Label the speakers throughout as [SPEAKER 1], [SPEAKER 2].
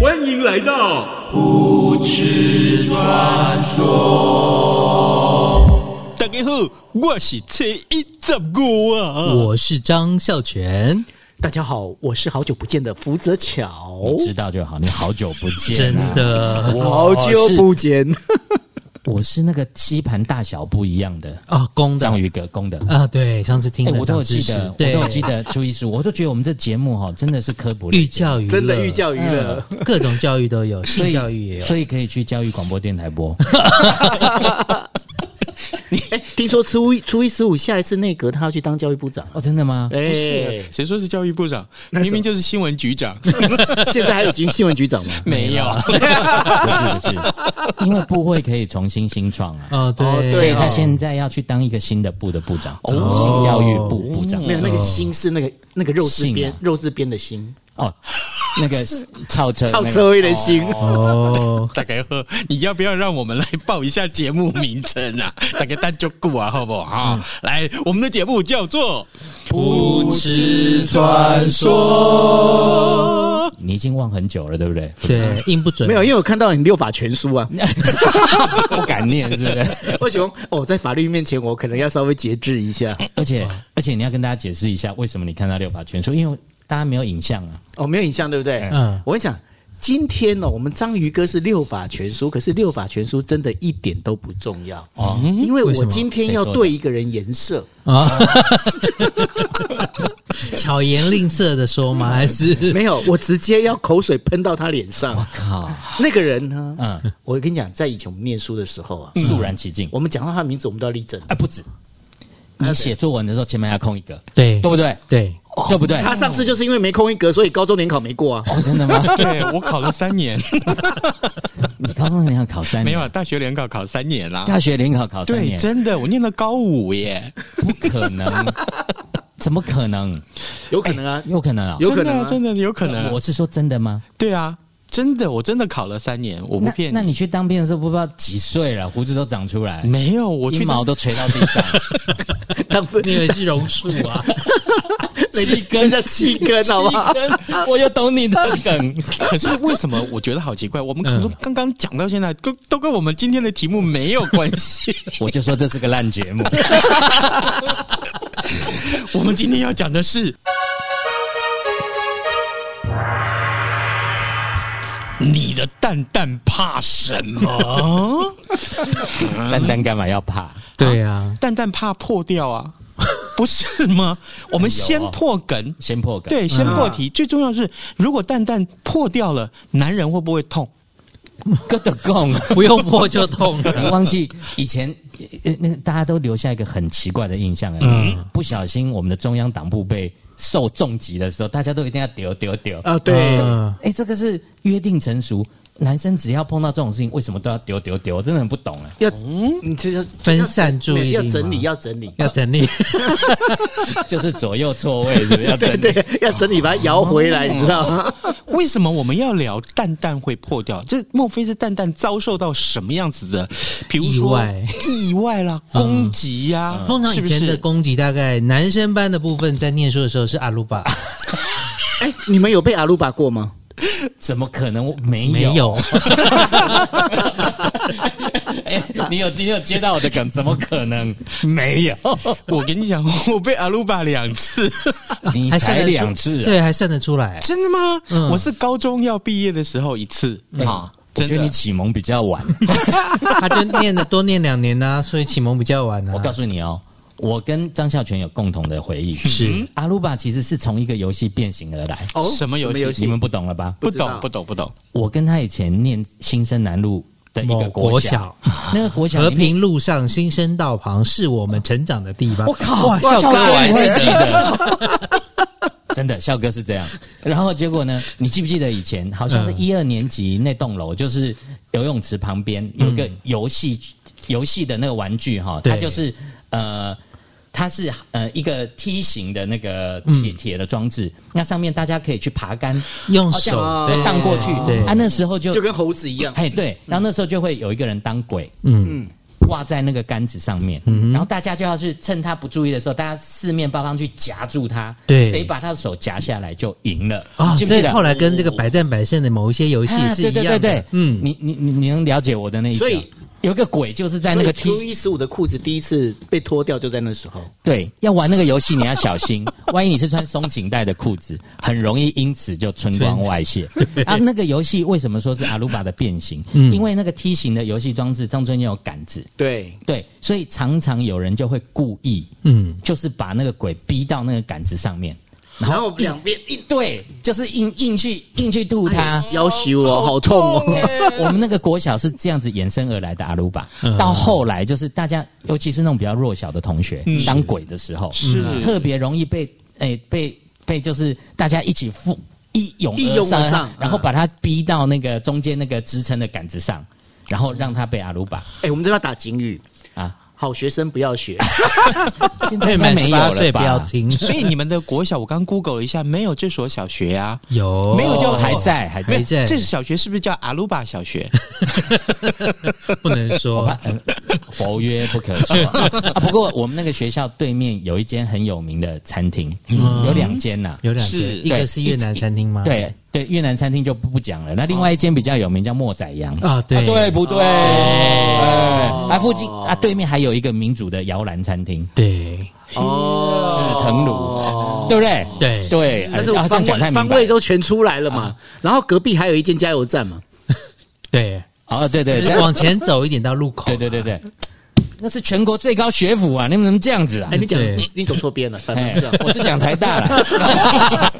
[SPEAKER 1] 欢迎来到
[SPEAKER 2] 大家好，我是车一十五啊。
[SPEAKER 3] 我是张孝全，
[SPEAKER 4] 大家好，我是好久不见的福泽巧，
[SPEAKER 5] 知道就好，你好久不见、
[SPEAKER 3] 真，的
[SPEAKER 4] 好久不见，
[SPEAKER 5] 我是那个吸盘大小不一样的
[SPEAKER 3] 啊，公的
[SPEAKER 5] 章鱼哥公的。
[SPEAKER 3] 啊，对，上次听
[SPEAKER 5] 哎、
[SPEAKER 3] 了
[SPEAKER 5] 我都有
[SPEAKER 3] 长知
[SPEAKER 5] 记
[SPEAKER 3] 识
[SPEAKER 5] 得，我都
[SPEAKER 3] 对，
[SPEAKER 5] 有记得初一十五，我都觉得我们这节目哈、真的是科普类
[SPEAKER 3] 寓教于乐
[SPEAKER 4] 真的寓教于乐，
[SPEAKER 3] 各种教育都有，
[SPEAKER 5] 所
[SPEAKER 3] 性
[SPEAKER 5] 以
[SPEAKER 3] 教育也有。
[SPEAKER 5] 所以可以去教育广播电台播。
[SPEAKER 4] 哎，听说初一初一十五，下一次内阁他要去当教育部长，
[SPEAKER 5] 哦，真的 吗？
[SPEAKER 4] 哎，
[SPEAKER 2] 谁说是教育部长？明明就是新闻局 长。
[SPEAKER 4] 现在还有经新闻局长吗？
[SPEAKER 2] 没有，啊
[SPEAKER 5] 不是不是，因为部会可以重新新创啊，
[SPEAKER 3] 哦，对，哦
[SPEAKER 4] 哦
[SPEAKER 5] 所以
[SPEAKER 4] 对
[SPEAKER 5] 他现在要去当一个新的部的部长，新教育部部长。
[SPEAKER 3] 嗯
[SPEAKER 4] 没有那个心是那个那个肉字
[SPEAKER 5] 姓
[SPEAKER 4] 边
[SPEAKER 5] 嗯啊
[SPEAKER 4] 肉字边的心，
[SPEAKER 5] 哦，那个超车，
[SPEAKER 4] 超车位的心，
[SPEAKER 3] 哦，
[SPEAKER 2] 大概喝，你要不要让我们来报一下节目名称 啊？大概单就顾啊，好不好？啊来，我们的节目叫做
[SPEAKER 5] 不知传说。你已经忘很久了，对 不对？
[SPEAKER 3] 对，音不准，
[SPEAKER 4] 没有，因为我看到你六法全书啊，
[SPEAKER 5] 不敢念，是不是？
[SPEAKER 4] 我喜欢哦，在法律面前我可能要稍微节制一下
[SPEAKER 5] 而且而且你要跟大家解释一下，为什么你看到六法全书，因为大家没有影像啊。
[SPEAKER 4] 哦，没有影像对不对？
[SPEAKER 3] 嗯
[SPEAKER 4] 我跟你讲。今天呢、我们章鱼哥是六法全书，可是六法全书真的一点都不重要哦，因为
[SPEAKER 3] 为什
[SPEAKER 4] 我
[SPEAKER 3] 么
[SPEAKER 4] 今天要
[SPEAKER 5] 谁说的
[SPEAKER 4] 对一个人颜色，
[SPEAKER 3] 啊，巧言令色的说吗？还是
[SPEAKER 4] 没有，我直接要口水喷到他脸上。
[SPEAKER 5] 靠，
[SPEAKER 4] 那个人呢？
[SPEAKER 5] 嗯，
[SPEAKER 4] 我跟你讲，在以前我们念书的时候啊，
[SPEAKER 5] 肃然起
[SPEAKER 3] 嗯
[SPEAKER 5] 敬。
[SPEAKER 4] 我们讲到他的名字，我们都要立正。
[SPEAKER 5] 哎，不止，
[SPEAKER 2] 哎
[SPEAKER 5] 你写作文的时候前面要空一个，
[SPEAKER 3] 对
[SPEAKER 5] 对不对？
[SPEAKER 3] 对？
[SPEAKER 2] 哦
[SPEAKER 5] 对不对？
[SPEAKER 4] 他上次就是因为没空一格，所以高中联考没过啊。
[SPEAKER 5] 哦，真的吗？
[SPEAKER 2] 对我考了三年，
[SPEAKER 5] 你高中联考考三年，
[SPEAKER 2] 没有啊，大学联考考三年啦。
[SPEAKER 5] 大学联考考三
[SPEAKER 2] 对，
[SPEAKER 5] 年，
[SPEAKER 2] 真的，我念到高五耶，
[SPEAKER 5] 不可 能，怎么可能？
[SPEAKER 4] 有可能啊，
[SPEAKER 5] 有可能啊、
[SPEAKER 4] 有可能啊
[SPEAKER 2] 真的真的有可能啊。
[SPEAKER 5] 我是说真的吗？
[SPEAKER 2] 对啊，真的，我真的考了三年，我不
[SPEAKER 5] 那
[SPEAKER 2] 骗
[SPEAKER 5] 那你去当兵的时候，不知道几岁了，胡子都长出来，
[SPEAKER 2] 没有，嗯我去
[SPEAKER 5] 阴毛都垂到地上，
[SPEAKER 4] 他分
[SPEAKER 3] 你以为是榕树啊？
[SPEAKER 5] 七
[SPEAKER 4] 人
[SPEAKER 5] 根
[SPEAKER 4] 家七根好不好？
[SPEAKER 5] 根， 我又懂你的梗。
[SPEAKER 2] 可是为什么我觉得好奇怪？我们
[SPEAKER 3] 嗯
[SPEAKER 2] 刚刚刚讲到现在，都都跟我们今天的题目没有关系。
[SPEAKER 5] 我就说这是个烂节 目，
[SPEAKER 2] 嗯我们今天要讲的是你的蛋蛋怕什么？
[SPEAKER 5] 丹丹干嘛要怕？
[SPEAKER 3] 对啊，
[SPEAKER 2] 蛋蛋怕破掉啊，不是吗？我们先破梗，
[SPEAKER 5] 先破啊梗，，
[SPEAKER 2] 对，先破题。最重要的是，如果蛋蛋破掉了，男人会不会痛？
[SPEAKER 5] 各的供。
[SPEAKER 3] 不用破就痛
[SPEAKER 5] 你
[SPEAKER 3] 了。
[SPEAKER 5] 啊 忘记以前呃那个大家都留下一个很奇怪的印象，嗯，不小心我们的中央党部被受重击的时候，大家都一定要丢丢丢
[SPEAKER 4] 啊，对，
[SPEAKER 3] 嗯
[SPEAKER 5] 哎、这个是约定成熟，男生只要碰到这种事情，为什么都要丢丢丢？我真的很不懂 哎、
[SPEAKER 4] 要嗯你这要
[SPEAKER 3] 分散注意力
[SPEAKER 4] 要
[SPEAKER 3] 吗
[SPEAKER 4] 整理，要整理，
[SPEAKER 3] 要整理，
[SPEAKER 5] 就是左右错位，是不是要整理？
[SPEAKER 4] 对，要整理把它摇回来，你知道吗？
[SPEAKER 2] 为什么我们要聊蛋蛋会破掉？这莫非是蛋蛋遭受到什么样子的，比如
[SPEAKER 3] 意
[SPEAKER 2] 说
[SPEAKER 3] 外、嗯
[SPEAKER 2] 意外啦、攻击呀、
[SPEAKER 5] 嗯
[SPEAKER 3] 通常以前
[SPEAKER 2] 是
[SPEAKER 3] 的
[SPEAKER 2] 不是
[SPEAKER 3] 攻击大概男生班的部分在念书的时候是阿 鲁
[SPEAKER 5] 啊
[SPEAKER 3] 巴，
[SPEAKER 4] 哎，你们有被阿鲁巴过吗？
[SPEAKER 5] 怎么可能？我没有。
[SPEAKER 3] 没 有。
[SPEAKER 5] 哎 你有你有接到我的梗？怎么可能？没有，
[SPEAKER 2] 我跟你讲，我被阿鲁巴两次，
[SPEAKER 5] 你
[SPEAKER 3] 还算
[SPEAKER 5] 才
[SPEAKER 3] 得出
[SPEAKER 5] 两次、啊。
[SPEAKER 3] 对，还算得出来。
[SPEAKER 2] 真的吗？
[SPEAKER 3] 嗯
[SPEAKER 2] 我是高中要毕业的时候一次啊，
[SPEAKER 5] 我
[SPEAKER 2] 真
[SPEAKER 5] 觉得
[SPEAKER 2] 的
[SPEAKER 5] 你。启蒙比较晚。
[SPEAKER 3] 他就念的多念两年呐、所以启蒙比较晚啊。
[SPEAKER 5] 我告诉你哦，我跟张孝全有共同的回忆，
[SPEAKER 3] 是
[SPEAKER 5] 阿鲁巴其实是从一个游戏变形而来，
[SPEAKER 4] 哦
[SPEAKER 2] 什么游戏
[SPEAKER 5] 你们不懂了吧？
[SPEAKER 2] 不
[SPEAKER 4] 知道
[SPEAKER 2] 懂不懂不懂，
[SPEAKER 5] 我跟他以前念新生南路的一
[SPEAKER 3] 某
[SPEAKER 5] 个
[SPEAKER 3] 国
[SPEAKER 5] 小，
[SPEAKER 3] 小
[SPEAKER 5] 那个国小
[SPEAKER 3] 和
[SPEAKER 5] 里面
[SPEAKER 3] 平路上新生道旁是我们成长的地方。
[SPEAKER 5] 我靠
[SPEAKER 3] 哇，笑死
[SPEAKER 5] 我
[SPEAKER 3] 我！
[SPEAKER 5] 还是记得。 真的，笑哥是这样。然后结果呢？你记不记得以前好像是
[SPEAKER 3] 嗯
[SPEAKER 5] 一二年级那栋楼，就是游泳池旁边有一个游戏游戏的那个玩具哈，它
[SPEAKER 3] 嗯对
[SPEAKER 5] 就是呃，它是呃一个梯形的那个
[SPEAKER 3] 嗯
[SPEAKER 5] 铁铁的装置，那上面大家可以去爬杆，
[SPEAKER 3] 用
[SPEAKER 5] 哦这
[SPEAKER 3] 手
[SPEAKER 5] 样
[SPEAKER 3] 对
[SPEAKER 5] 荡过去。
[SPEAKER 3] 对
[SPEAKER 5] 啊，那时候就
[SPEAKER 4] 就跟猴子一样，
[SPEAKER 5] 哎对，然后那时候就会有一个人当鬼，
[SPEAKER 3] 嗯，
[SPEAKER 5] 挂在那个杆子上面，然后大家就要去趁他不注意的时候，大家四面八方去夹住他，
[SPEAKER 3] 对
[SPEAKER 5] 谁把他的手夹下来就赢了。
[SPEAKER 3] 啊，
[SPEAKER 5] 记不记
[SPEAKER 3] 这
[SPEAKER 5] 得？
[SPEAKER 3] 后来跟这个百战百胜的某一些游戏
[SPEAKER 5] 啊
[SPEAKER 3] 是一
[SPEAKER 5] 对
[SPEAKER 3] 样
[SPEAKER 5] 对对对
[SPEAKER 3] 的，，嗯，
[SPEAKER 5] 你你你你能了解我的那一思
[SPEAKER 4] 所
[SPEAKER 5] 啊？
[SPEAKER 4] 以
[SPEAKER 5] 有一个鬼就是在 那个
[SPEAKER 4] 所以初
[SPEAKER 5] 梯，
[SPEAKER 4] 一十五的裤子第一次被脱掉就在那时候，
[SPEAKER 5] 对，要玩那个游戏你要小心，万一你是穿松紧带的裤子，很容易因此就春光外泄。 啊，那个游戏为什么说是阿鲁巴的变形？
[SPEAKER 3] 嗯
[SPEAKER 5] 因为那个梯形的游戏装置中间有杆子，
[SPEAKER 4] 对，
[SPEAKER 5] 对，所以常常有人就会故意，嗯，就是把那个鬼逼到那个杆子上面，
[SPEAKER 4] 然后两边一
[SPEAKER 5] 对，就是硬硬去硬去吐它。
[SPEAKER 4] 要求我，好痛哦，
[SPEAKER 5] 我们那个国小是这样子衍生而来的阿鲁巴，到后来就是大家，尤其是那种比较弱小的同学，当鬼的时候，
[SPEAKER 2] 是
[SPEAKER 5] 嗯特别容易被哎、被被就是大家一起附一涌
[SPEAKER 4] 一拥而上
[SPEAKER 5] 然后
[SPEAKER 4] 嗯
[SPEAKER 5] 把他逼到那个中间那个支撑的杆子上，然后让他被阿鲁巴
[SPEAKER 4] 哎，我们这边要打警语，
[SPEAKER 5] 啊，
[SPEAKER 4] 好学生不要学，
[SPEAKER 5] 现
[SPEAKER 3] 未
[SPEAKER 5] 在
[SPEAKER 3] 满
[SPEAKER 5] 没
[SPEAKER 3] 十
[SPEAKER 5] 有
[SPEAKER 3] 八
[SPEAKER 5] 了
[SPEAKER 3] 岁不
[SPEAKER 5] 吧
[SPEAKER 3] 要听，
[SPEAKER 2] 所以你们的国小我刚 Google 了一下，没有这所小学呀、
[SPEAKER 3] 有
[SPEAKER 2] 没有就
[SPEAKER 5] 还在还
[SPEAKER 2] 没
[SPEAKER 5] 在
[SPEAKER 2] 有，
[SPEAKER 3] 还在
[SPEAKER 2] 这所小学是不是叫阿鲁巴小 学？
[SPEAKER 3] 不能
[SPEAKER 5] 我怕
[SPEAKER 3] 说，
[SPEAKER 5] 呃佛曰不可说 啊。不过我们那个学校对面有一间很有名的餐厅，有两间呐。
[SPEAKER 3] 嗯有两
[SPEAKER 2] 是
[SPEAKER 3] 间，一个
[SPEAKER 5] 对
[SPEAKER 3] 是越南餐厅吗？
[SPEAKER 5] 对对，越南餐厅就不不讲了。那另外一间比较有名叫莫仔羊
[SPEAKER 3] 啊对哦
[SPEAKER 5] 对不对？哎
[SPEAKER 4] 哦
[SPEAKER 5] 啊，附近啊，对面还有一个民主的摇篮餐厅
[SPEAKER 3] 对
[SPEAKER 5] 紫藤庐，对不对？
[SPEAKER 3] 对
[SPEAKER 5] 对，
[SPEAKER 4] 哦但是我
[SPEAKER 5] 啊这
[SPEAKER 4] 方
[SPEAKER 5] 样讲
[SPEAKER 4] 位
[SPEAKER 5] 太
[SPEAKER 4] 方
[SPEAKER 5] 明
[SPEAKER 4] 位
[SPEAKER 5] 白。
[SPEAKER 4] 都全出来了嘛，然后隔壁还有一间加油站嘛，
[SPEAKER 3] 对，
[SPEAKER 5] 哦，对对
[SPEAKER 3] 就
[SPEAKER 5] 对
[SPEAKER 3] 是往前走一点到路口，
[SPEAKER 5] 对对对对，那是全国最高学府啊！你们怎么这样子啊
[SPEAKER 4] 哎，？你讲
[SPEAKER 3] 对
[SPEAKER 4] 你你走错边了，反
[SPEAKER 5] 哎
[SPEAKER 4] 方 向，，
[SPEAKER 5] 我是讲台 大了。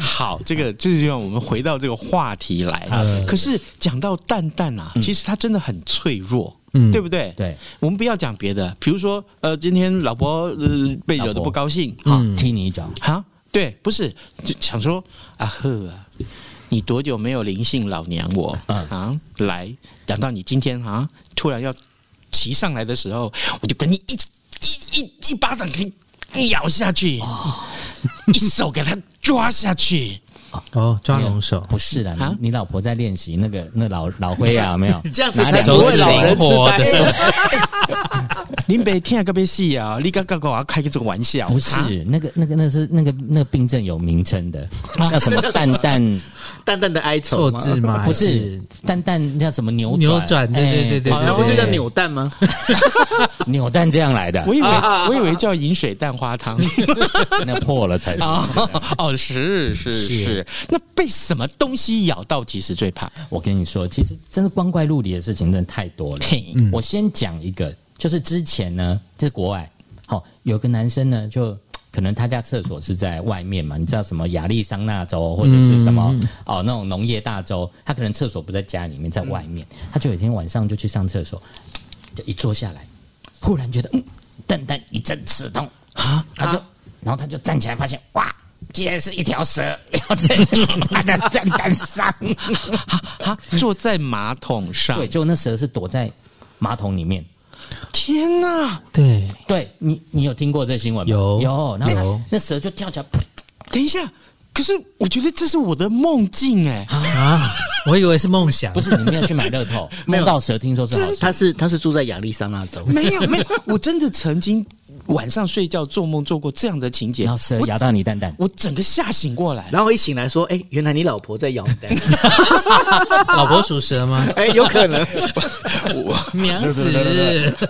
[SPEAKER 2] 好，这个就是让我们回到这个话题来。
[SPEAKER 5] 啊是是
[SPEAKER 2] 可是讲到蛋蛋啊，其实它真的很脆弱，
[SPEAKER 3] 嗯
[SPEAKER 2] 对不对？
[SPEAKER 5] 对，
[SPEAKER 2] 我们不要讲别的，比如说呃，今天老婆呃被惹的不高兴啊
[SPEAKER 3] 嗯
[SPEAKER 5] 踢你一脚。
[SPEAKER 2] 啊，对，不是就想说啊呵啊，你多久没有灵性老娘我啊？来，讲到你今天啊，突然要骑上来的时候，我就跟你一一一一巴掌给你咬下去， 一手给他抓下去。
[SPEAKER 3] 哦，抓龙手，
[SPEAKER 5] 不是啦，
[SPEAKER 2] 啊
[SPEAKER 5] 你你老婆在练习那个那老老灰啊，有没有？
[SPEAKER 4] 你这样子
[SPEAKER 5] 拿
[SPEAKER 4] 才
[SPEAKER 5] 两
[SPEAKER 4] 不
[SPEAKER 5] 个
[SPEAKER 4] 会
[SPEAKER 5] 指
[SPEAKER 4] 老
[SPEAKER 5] 头
[SPEAKER 4] 人痴呆。
[SPEAKER 2] 林北听个别戏啊，你刚刚跟我开这种玩 笑，
[SPEAKER 5] 不是
[SPEAKER 2] 啊
[SPEAKER 5] 那个那个那是那个那个病症有名称的，叫什么蛋蛋？
[SPEAKER 4] 淡淡的哀
[SPEAKER 3] 错
[SPEAKER 4] 愁嘛，
[SPEAKER 3] 字吗？
[SPEAKER 5] 不是蛋蛋叫什么扭
[SPEAKER 3] 哎
[SPEAKER 5] 啊
[SPEAKER 3] 扭转对对对对
[SPEAKER 4] 好，
[SPEAKER 5] 哎
[SPEAKER 4] 那不就叫扭蛋吗？
[SPEAKER 5] 扭蛋这样来的
[SPEAKER 2] 我，以为
[SPEAKER 4] 啊
[SPEAKER 2] 我以为叫饮水蛋花汤
[SPEAKER 5] 那破了才是。
[SPEAKER 2] 啊， 哦，是是
[SPEAKER 3] 是
[SPEAKER 2] 是，那被什么东西咬到其实最怕，
[SPEAKER 5] 我跟你说，其实真的光怪陆离的事情真的太多了
[SPEAKER 2] 嘿。
[SPEAKER 5] 我先讲一个，就是之前呢，这是国外，好、有个男生呢，就可能他家厕所是在外面嘛，你知道什么亚利桑那州或者是什么、哦那种农业大州，他可能厕所不在家里面，在外面，他就有一天晚上就去上厕所，就一坐下来，忽然觉得嗯，蛋蛋一阵刺痛啊，他就然后他就站起来，发现哇。竟然是一条 蛇咬在他的蛋蛋上，
[SPEAKER 2] 啊，坐在马桶上
[SPEAKER 5] 对，，就那蛇是躲在马桶里面。
[SPEAKER 2] 天哪！
[SPEAKER 3] 对，
[SPEAKER 5] 对你，你有听过这新闻吗？
[SPEAKER 3] 有
[SPEAKER 5] 有，然后
[SPEAKER 3] 有
[SPEAKER 5] 它那蛇就跳起来，噗
[SPEAKER 2] 等一下，可是我觉得这是我的梦境哎、
[SPEAKER 3] 啊，我以为是梦想，
[SPEAKER 5] 不是你没有去买乐透，梦到蛇听说是好事。
[SPEAKER 4] 他是他是住在亚利桑那州，
[SPEAKER 2] 没有没有，我真的曾经晚上睡觉做梦做过这样的情节
[SPEAKER 5] 然后，蛇咬到你蛋蛋，
[SPEAKER 2] 我整个吓醒过来。
[SPEAKER 4] 然后一醒来说，哎，原来你老婆在咬蛋，
[SPEAKER 3] 老婆属蛇吗？
[SPEAKER 4] 哎，有可能
[SPEAKER 3] 娘子，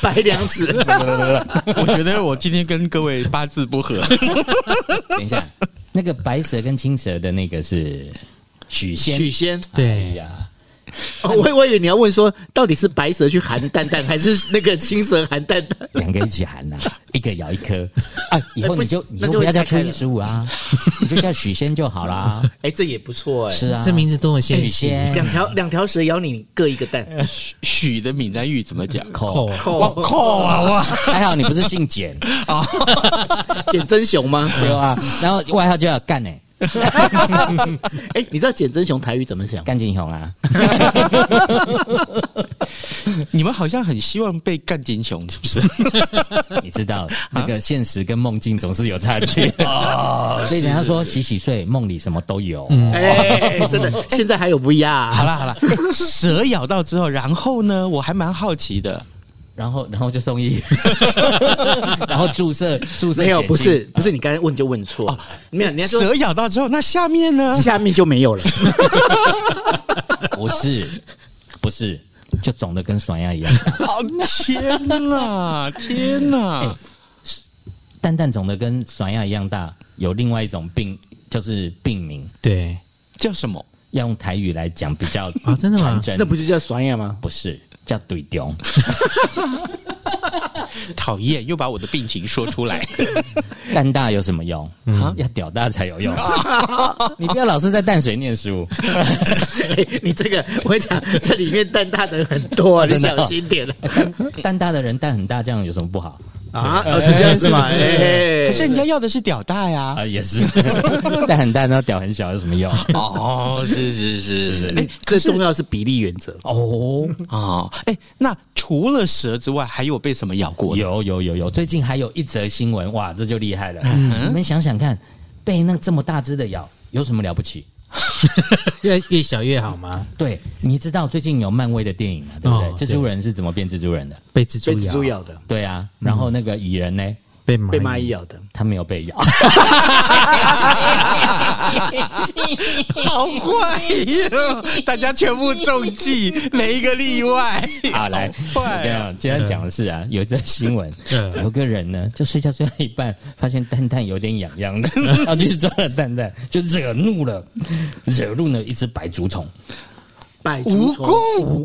[SPEAKER 4] 白娘子，
[SPEAKER 2] 我觉得我今天跟各位八字不合。
[SPEAKER 5] 等一下，那个白蛇跟青蛇的那个是许仙。
[SPEAKER 4] 许仙
[SPEAKER 5] 哎
[SPEAKER 3] 对，
[SPEAKER 5] 呀，
[SPEAKER 4] 哦我我以为你要问说，到底是白蛇去含蛋蛋，还是那个青蛇含蛋蛋？
[SPEAKER 5] 两个一起喊呐、啊一个咬一颗啊！以后
[SPEAKER 4] 那不
[SPEAKER 5] 你就
[SPEAKER 4] 行
[SPEAKER 5] 你
[SPEAKER 4] 那
[SPEAKER 5] 就
[SPEAKER 4] 就
[SPEAKER 5] 不
[SPEAKER 4] 会
[SPEAKER 5] 要叫初
[SPEAKER 4] 拆开
[SPEAKER 5] 一
[SPEAKER 4] 了
[SPEAKER 5] 十五啊，你就叫许仙就好啦。
[SPEAKER 4] 哎，这也不错哎。
[SPEAKER 5] 是啊，
[SPEAKER 3] 这名字多么仙
[SPEAKER 5] 许
[SPEAKER 3] 气！
[SPEAKER 5] 仙
[SPEAKER 4] 两条两条蛇咬你，你各一个蛋。
[SPEAKER 2] 许的闽南语怎么讲？
[SPEAKER 5] 口，
[SPEAKER 4] 哦，
[SPEAKER 2] 扣啊哇！
[SPEAKER 5] 还好你不是姓简，
[SPEAKER 4] 简真雄吗？
[SPEAKER 5] 对啊，然后外号就叫干呢、
[SPEAKER 4] 哎，你知道简真雄台语怎么讲？
[SPEAKER 5] 干金雄啊，
[SPEAKER 2] 你们好像很希望被干金熊，是不 是？
[SPEAKER 5] 你知道这个现实跟梦境总是有差距哦， 所以人家说洗洗睡，梦里什么都有。
[SPEAKER 4] 哎，真的，现在还有 VR，
[SPEAKER 2] 好啦好啦，蛇咬到之后，然后呢？我还蛮好奇的，
[SPEAKER 5] 然后然后就送医，然后注射注射
[SPEAKER 4] 没有，
[SPEAKER 5] 血
[SPEAKER 4] 不
[SPEAKER 5] 清
[SPEAKER 4] 是不是，你刚才问就问错，没有，你要说
[SPEAKER 2] 蛇咬到之后，那下面呢？
[SPEAKER 4] 下面就没有了。
[SPEAKER 5] 不是不是，就肿的跟酸牙一样，
[SPEAKER 2] 哦天 哪，天哪！
[SPEAKER 5] 蛋蛋肿的跟酸牙一样大。有另外一种病，就是病名，
[SPEAKER 3] 对，
[SPEAKER 2] 叫什么？
[SPEAKER 5] 要用台语来讲比较
[SPEAKER 3] 啊真的吗
[SPEAKER 5] 传神
[SPEAKER 4] 那不就叫酸呀吗？
[SPEAKER 5] 不是叫对丢。
[SPEAKER 2] 讨厌，又把我的病情说出来。 嗯
[SPEAKER 5] 干大有什么用？啊要屌大才有用。
[SPEAKER 2] 啊
[SPEAKER 5] 你不要老是在淡水念书，
[SPEAKER 4] 哎你这个，我跟你讲，这里面蛋大的人很多，啊你
[SPEAKER 5] 真的哦
[SPEAKER 4] 小心点了
[SPEAKER 5] 蛋蛋大的人蛋很大，这样有什么不好
[SPEAKER 4] 啊！哦是这样子吗？哎
[SPEAKER 2] 可是人家要的是屌大呀。
[SPEAKER 5] 啊？也 是，蛋很大，然后屌很小有什么用？
[SPEAKER 2] 哦，是是是 是哎
[SPEAKER 4] 最重要是比例原则。
[SPEAKER 5] 哦，
[SPEAKER 2] 哦，哎，那除了蛇之外，还有被什么咬过的？
[SPEAKER 5] 有有有有，最近还有一则新闻，哇，这就厉害了。
[SPEAKER 2] 嗯
[SPEAKER 5] 你们想想看，被那这么大只的咬有什么了不起？
[SPEAKER 3] 越越小越好吗？
[SPEAKER 5] 对，你知道最近有漫威的电影嘛？对不对？
[SPEAKER 3] 哦
[SPEAKER 5] 蜘蛛人是怎么变蜘蛛人的？
[SPEAKER 3] 被蜘蛛
[SPEAKER 4] 被蜘
[SPEAKER 3] 咬，
[SPEAKER 4] 蛛咬的，
[SPEAKER 5] 对啊，然后那个蚁人呢，
[SPEAKER 3] 被蚂
[SPEAKER 4] 被蚂蚁咬的，
[SPEAKER 5] 他没有被咬。
[SPEAKER 2] 好坏哟！大家全部 中计，没一个例外。
[SPEAKER 4] 啊
[SPEAKER 5] 好，啊来，
[SPEAKER 2] 好坏哦
[SPEAKER 5] 这样今天讲的是啊，有一则新闻，
[SPEAKER 3] 嗯
[SPEAKER 5] 有个人呢，就睡觉睡到一半，发现蛋蛋有点痒痒的，然后就去抓了蛋蛋，就惹怒了，惹怒了一只白竹虫，
[SPEAKER 4] 百足虫
[SPEAKER 2] 蚣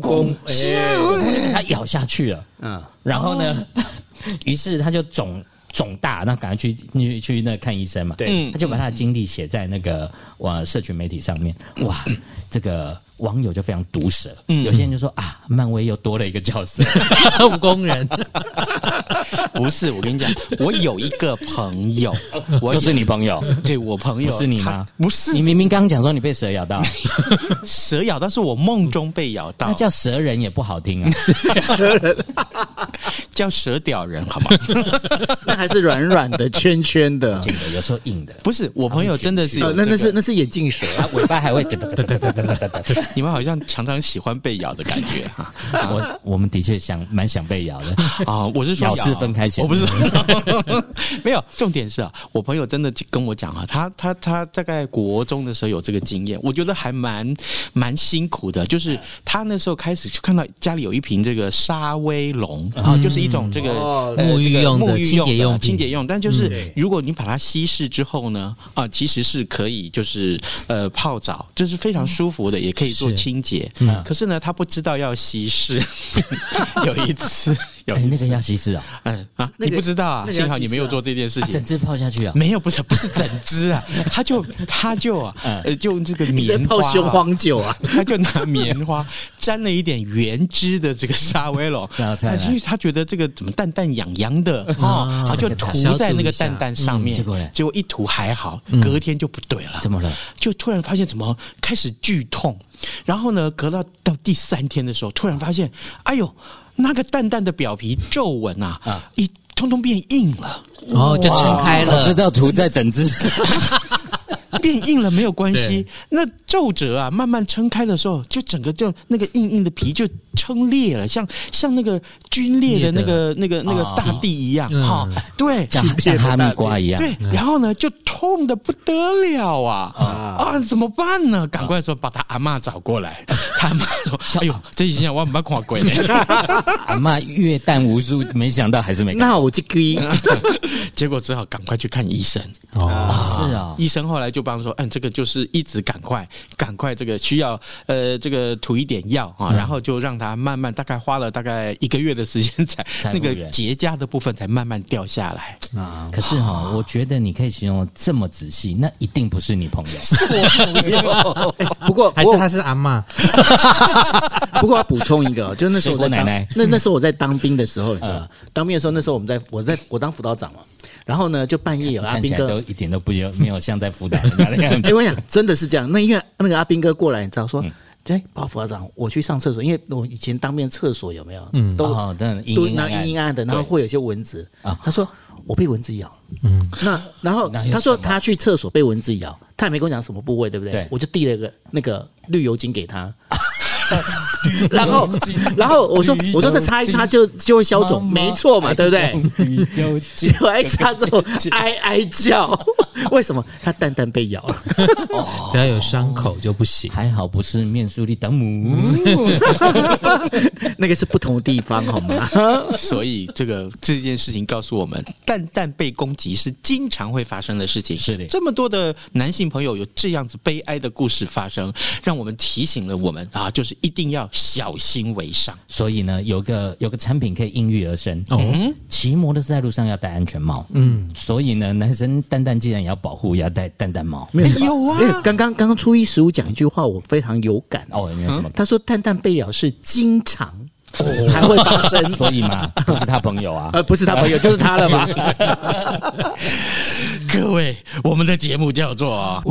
[SPEAKER 4] 蜈蚣，哎
[SPEAKER 5] 它咬下去了，
[SPEAKER 4] 嗯，
[SPEAKER 5] 然后呢， 于是他就肿肿大，那赶快去去去那看医生嘛。
[SPEAKER 4] 对
[SPEAKER 5] 他就把他的经历写在那个哇社群媒体上面。哇，这个网友就非常毒舌，有些人就说啊，漫威又多了一个角 色，
[SPEAKER 3] 蜈蚣 人，
[SPEAKER 2] 不是，我跟你讲，我有一个朋 友，我
[SPEAKER 5] 又是你朋友。
[SPEAKER 2] 对我朋友
[SPEAKER 5] 不是你吗嗯
[SPEAKER 2] 他不是
[SPEAKER 5] 你明明刚刚讲说你被蛇咬到，
[SPEAKER 2] 蛇咬到，是我梦中被咬到，
[SPEAKER 5] 那叫蛇人也不好听 啊。
[SPEAKER 2] 叫蛇屌人，好吗？
[SPEAKER 4] 那还是软软的、圈圈的。
[SPEAKER 5] 硬的有时候硬的，
[SPEAKER 2] 不是，我朋友真的是有
[SPEAKER 4] 哦，
[SPEAKER 2] 这个、
[SPEAKER 4] 那那是那是眼镜蛇，啊
[SPEAKER 5] 它尾巴还会哒哒哒哒哒哒哒哒哒。
[SPEAKER 2] 你们好像常常喜欢被咬的感 觉哈。
[SPEAKER 5] 我我们的确想蛮想被咬的，
[SPEAKER 2] 啊，我是说
[SPEAKER 5] 咬字分开写
[SPEAKER 2] 我不是， 没有。重点是啊，我朋友真的跟我讲啊，他他他大概国中的时候有这个经验，我觉得还蛮蛮辛苦的。就是他那时候开始就看到家里有一瓶这个沙威龙
[SPEAKER 5] 嗯
[SPEAKER 2] 啊，就是一种这个
[SPEAKER 4] 哦
[SPEAKER 2] 呃
[SPEAKER 3] 沐浴
[SPEAKER 2] 这个
[SPEAKER 3] 用的
[SPEAKER 2] 沐浴
[SPEAKER 3] 清洁用
[SPEAKER 2] 用的
[SPEAKER 3] 品嗯
[SPEAKER 2] 清洁用，但就是
[SPEAKER 4] 对
[SPEAKER 2] 如果你把它稀释之后呢，啊，其实是可以就是呃泡澡，这是非
[SPEAKER 4] 嗯
[SPEAKER 2] 常舒服的，也可以做
[SPEAKER 3] 是
[SPEAKER 2] 清洁
[SPEAKER 5] 嗯。
[SPEAKER 2] 可是呢，他不知道要 稀释，有一次 有
[SPEAKER 5] 哎，
[SPEAKER 2] 一
[SPEAKER 5] 那个
[SPEAKER 2] 次。
[SPEAKER 5] 要稀释啊，
[SPEAKER 3] 哎
[SPEAKER 2] 嗯啊，
[SPEAKER 4] 那个
[SPEAKER 2] 你不知道啊
[SPEAKER 4] 那？个要
[SPEAKER 2] 幸好你
[SPEAKER 4] 稀释
[SPEAKER 2] 没有
[SPEAKER 4] 啊
[SPEAKER 2] 做这件事
[SPEAKER 5] 啊
[SPEAKER 2] 情
[SPEAKER 5] 整。只泡下去啊。
[SPEAKER 2] 没有，不是不是整只啊，他就他就啊，
[SPEAKER 3] 嗯
[SPEAKER 2] 呃，就用这个
[SPEAKER 4] 你在
[SPEAKER 2] 棉
[SPEAKER 4] 泡
[SPEAKER 2] 花啊，
[SPEAKER 4] 雄黄酒啊？
[SPEAKER 2] 他就拿棉花沾了一点原汁的这个沙威 龙，哎
[SPEAKER 5] 然后再来
[SPEAKER 2] 因为他觉得这个怎么蛋蛋痒痒的
[SPEAKER 5] 嗯
[SPEAKER 3] 啊
[SPEAKER 2] 哦，他就涂在那个蛋蛋上面，
[SPEAKER 5] 消毒一下嗯
[SPEAKER 2] 结果一涂还好，隔天就不对了，
[SPEAKER 5] 嗯怎么了？
[SPEAKER 2] 就突然发现怎么开始剧痛，然后呢，隔到到第三天的时候，突然发现，哎呦，那个蛋蛋的表皮皱纹啊，
[SPEAKER 5] 啊
[SPEAKER 2] 一通通变硬了。
[SPEAKER 3] 然
[SPEAKER 4] 哦
[SPEAKER 3] 后就撑开
[SPEAKER 5] 我知
[SPEAKER 3] 了，
[SPEAKER 5] 道涂在整 只上，
[SPEAKER 2] 变硬了没有关系，那皱褶啊，慢慢撑开的时候，就整个就那个硬硬的皮就撑裂了，像像那个皲裂的那个那个那个
[SPEAKER 5] 哦
[SPEAKER 2] 大地一样
[SPEAKER 3] 嗯
[SPEAKER 2] 哈、对。
[SPEAKER 5] 像像哈密瓜一样。
[SPEAKER 2] 对，然后呢，就痛的不得了啊！啊，怎么办呢？赶快说把他阿嬷找过来。他阿嬷说：“哎呦，这几天我没捌看鬼呢。
[SPEAKER 5] 阿妈越淡无数，没想到还是没看。
[SPEAKER 4] 那我就给”
[SPEAKER 2] 结果只好赶快去看医生。
[SPEAKER 5] 哦，是啊，
[SPEAKER 2] 医生后来就把方说，嗯，这个就是一直赶快，赶快这个需要呃这个涂一点药啊，
[SPEAKER 5] 嗯
[SPEAKER 2] 然后就让它慢慢，大概花了大概一个月的时间才
[SPEAKER 5] 才
[SPEAKER 2] 那个
[SPEAKER 5] 复原
[SPEAKER 2] 结痂的部分才慢慢掉下来。
[SPEAKER 4] 啊，
[SPEAKER 5] 可是哈、我觉得你可以形容得这么仔细，那一定不是你朋友。
[SPEAKER 4] 哎不过
[SPEAKER 3] 还
[SPEAKER 4] 不
[SPEAKER 3] 是
[SPEAKER 4] 过
[SPEAKER 3] 他是阿嬷，
[SPEAKER 4] 不过要补充一个哦，就那时候我在当
[SPEAKER 5] 水果奶奶嗯
[SPEAKER 4] 那那时候我在当兵的时候，你知道吗当兵的时候，那时候我们在我在我当辅导长嘛，然后呢就半夜有阿
[SPEAKER 5] 看起
[SPEAKER 4] 兵
[SPEAKER 5] 来
[SPEAKER 4] 哥
[SPEAKER 5] 都一点都不有没有像在辅导人家的样
[SPEAKER 4] 哎、
[SPEAKER 5] 子。
[SPEAKER 4] 我跟你讲，真的是这样。那因为那个阿兵哥过来，你知道
[SPEAKER 5] 嗯
[SPEAKER 4] 说，哎、报副校长，我去上厕所，因为我以前当面厕所有没有，嗯，都、
[SPEAKER 5] 哦，真的阴
[SPEAKER 4] 都
[SPEAKER 5] 阴
[SPEAKER 4] 那
[SPEAKER 5] 暗暗
[SPEAKER 4] 阴阴暗暗的，然后会有一些蚊子
[SPEAKER 5] 啊
[SPEAKER 4] 他说我被蚊子咬，嗯，那然后
[SPEAKER 5] 那有
[SPEAKER 4] 他说
[SPEAKER 5] 什么
[SPEAKER 4] 他去厕所被蚊子咬，他也没跟我讲什么部位，对不对？
[SPEAKER 5] 对
[SPEAKER 4] 我就递了个那个绿油精给 他。然后，然后我说，我说这擦一擦就就会消肿，哦没错嘛，对不对？
[SPEAKER 5] 对？
[SPEAKER 4] 结 果一擦之 后哀哀叫， 为什么？他蛋蛋被咬 了。
[SPEAKER 3] 只要有伤口就不行。
[SPEAKER 5] 还好不是面书里的母，
[SPEAKER 4] 嗯那个是不同的地方，好 吗？
[SPEAKER 2] 所以这个这件事情告诉我们，蛋蛋被攻击是经常会发生的事情。
[SPEAKER 5] 是的
[SPEAKER 2] 这么多的男性朋友有这样子悲哀的故事发生，让我们提醒了我们啊，就是一定要小心为上。
[SPEAKER 5] 所以呢，有个有个产品可以应运而生。哦，骑摩托车在路上要戴安全帽。嗯，所以呢，男生蛋蛋既然也要保护，也要戴蛋蛋帽。
[SPEAKER 4] 没有有啊。刚刚刚刚初一十五讲一句话，我非常有感哦。
[SPEAKER 5] 哦，有没有什么？
[SPEAKER 4] 他说蛋蛋被咬是经常才会发生，
[SPEAKER 5] 所以嘛，不是他朋友啊。
[SPEAKER 4] 呃，不是他朋友就是他了吧？
[SPEAKER 2] 各位， 我们的节目叫做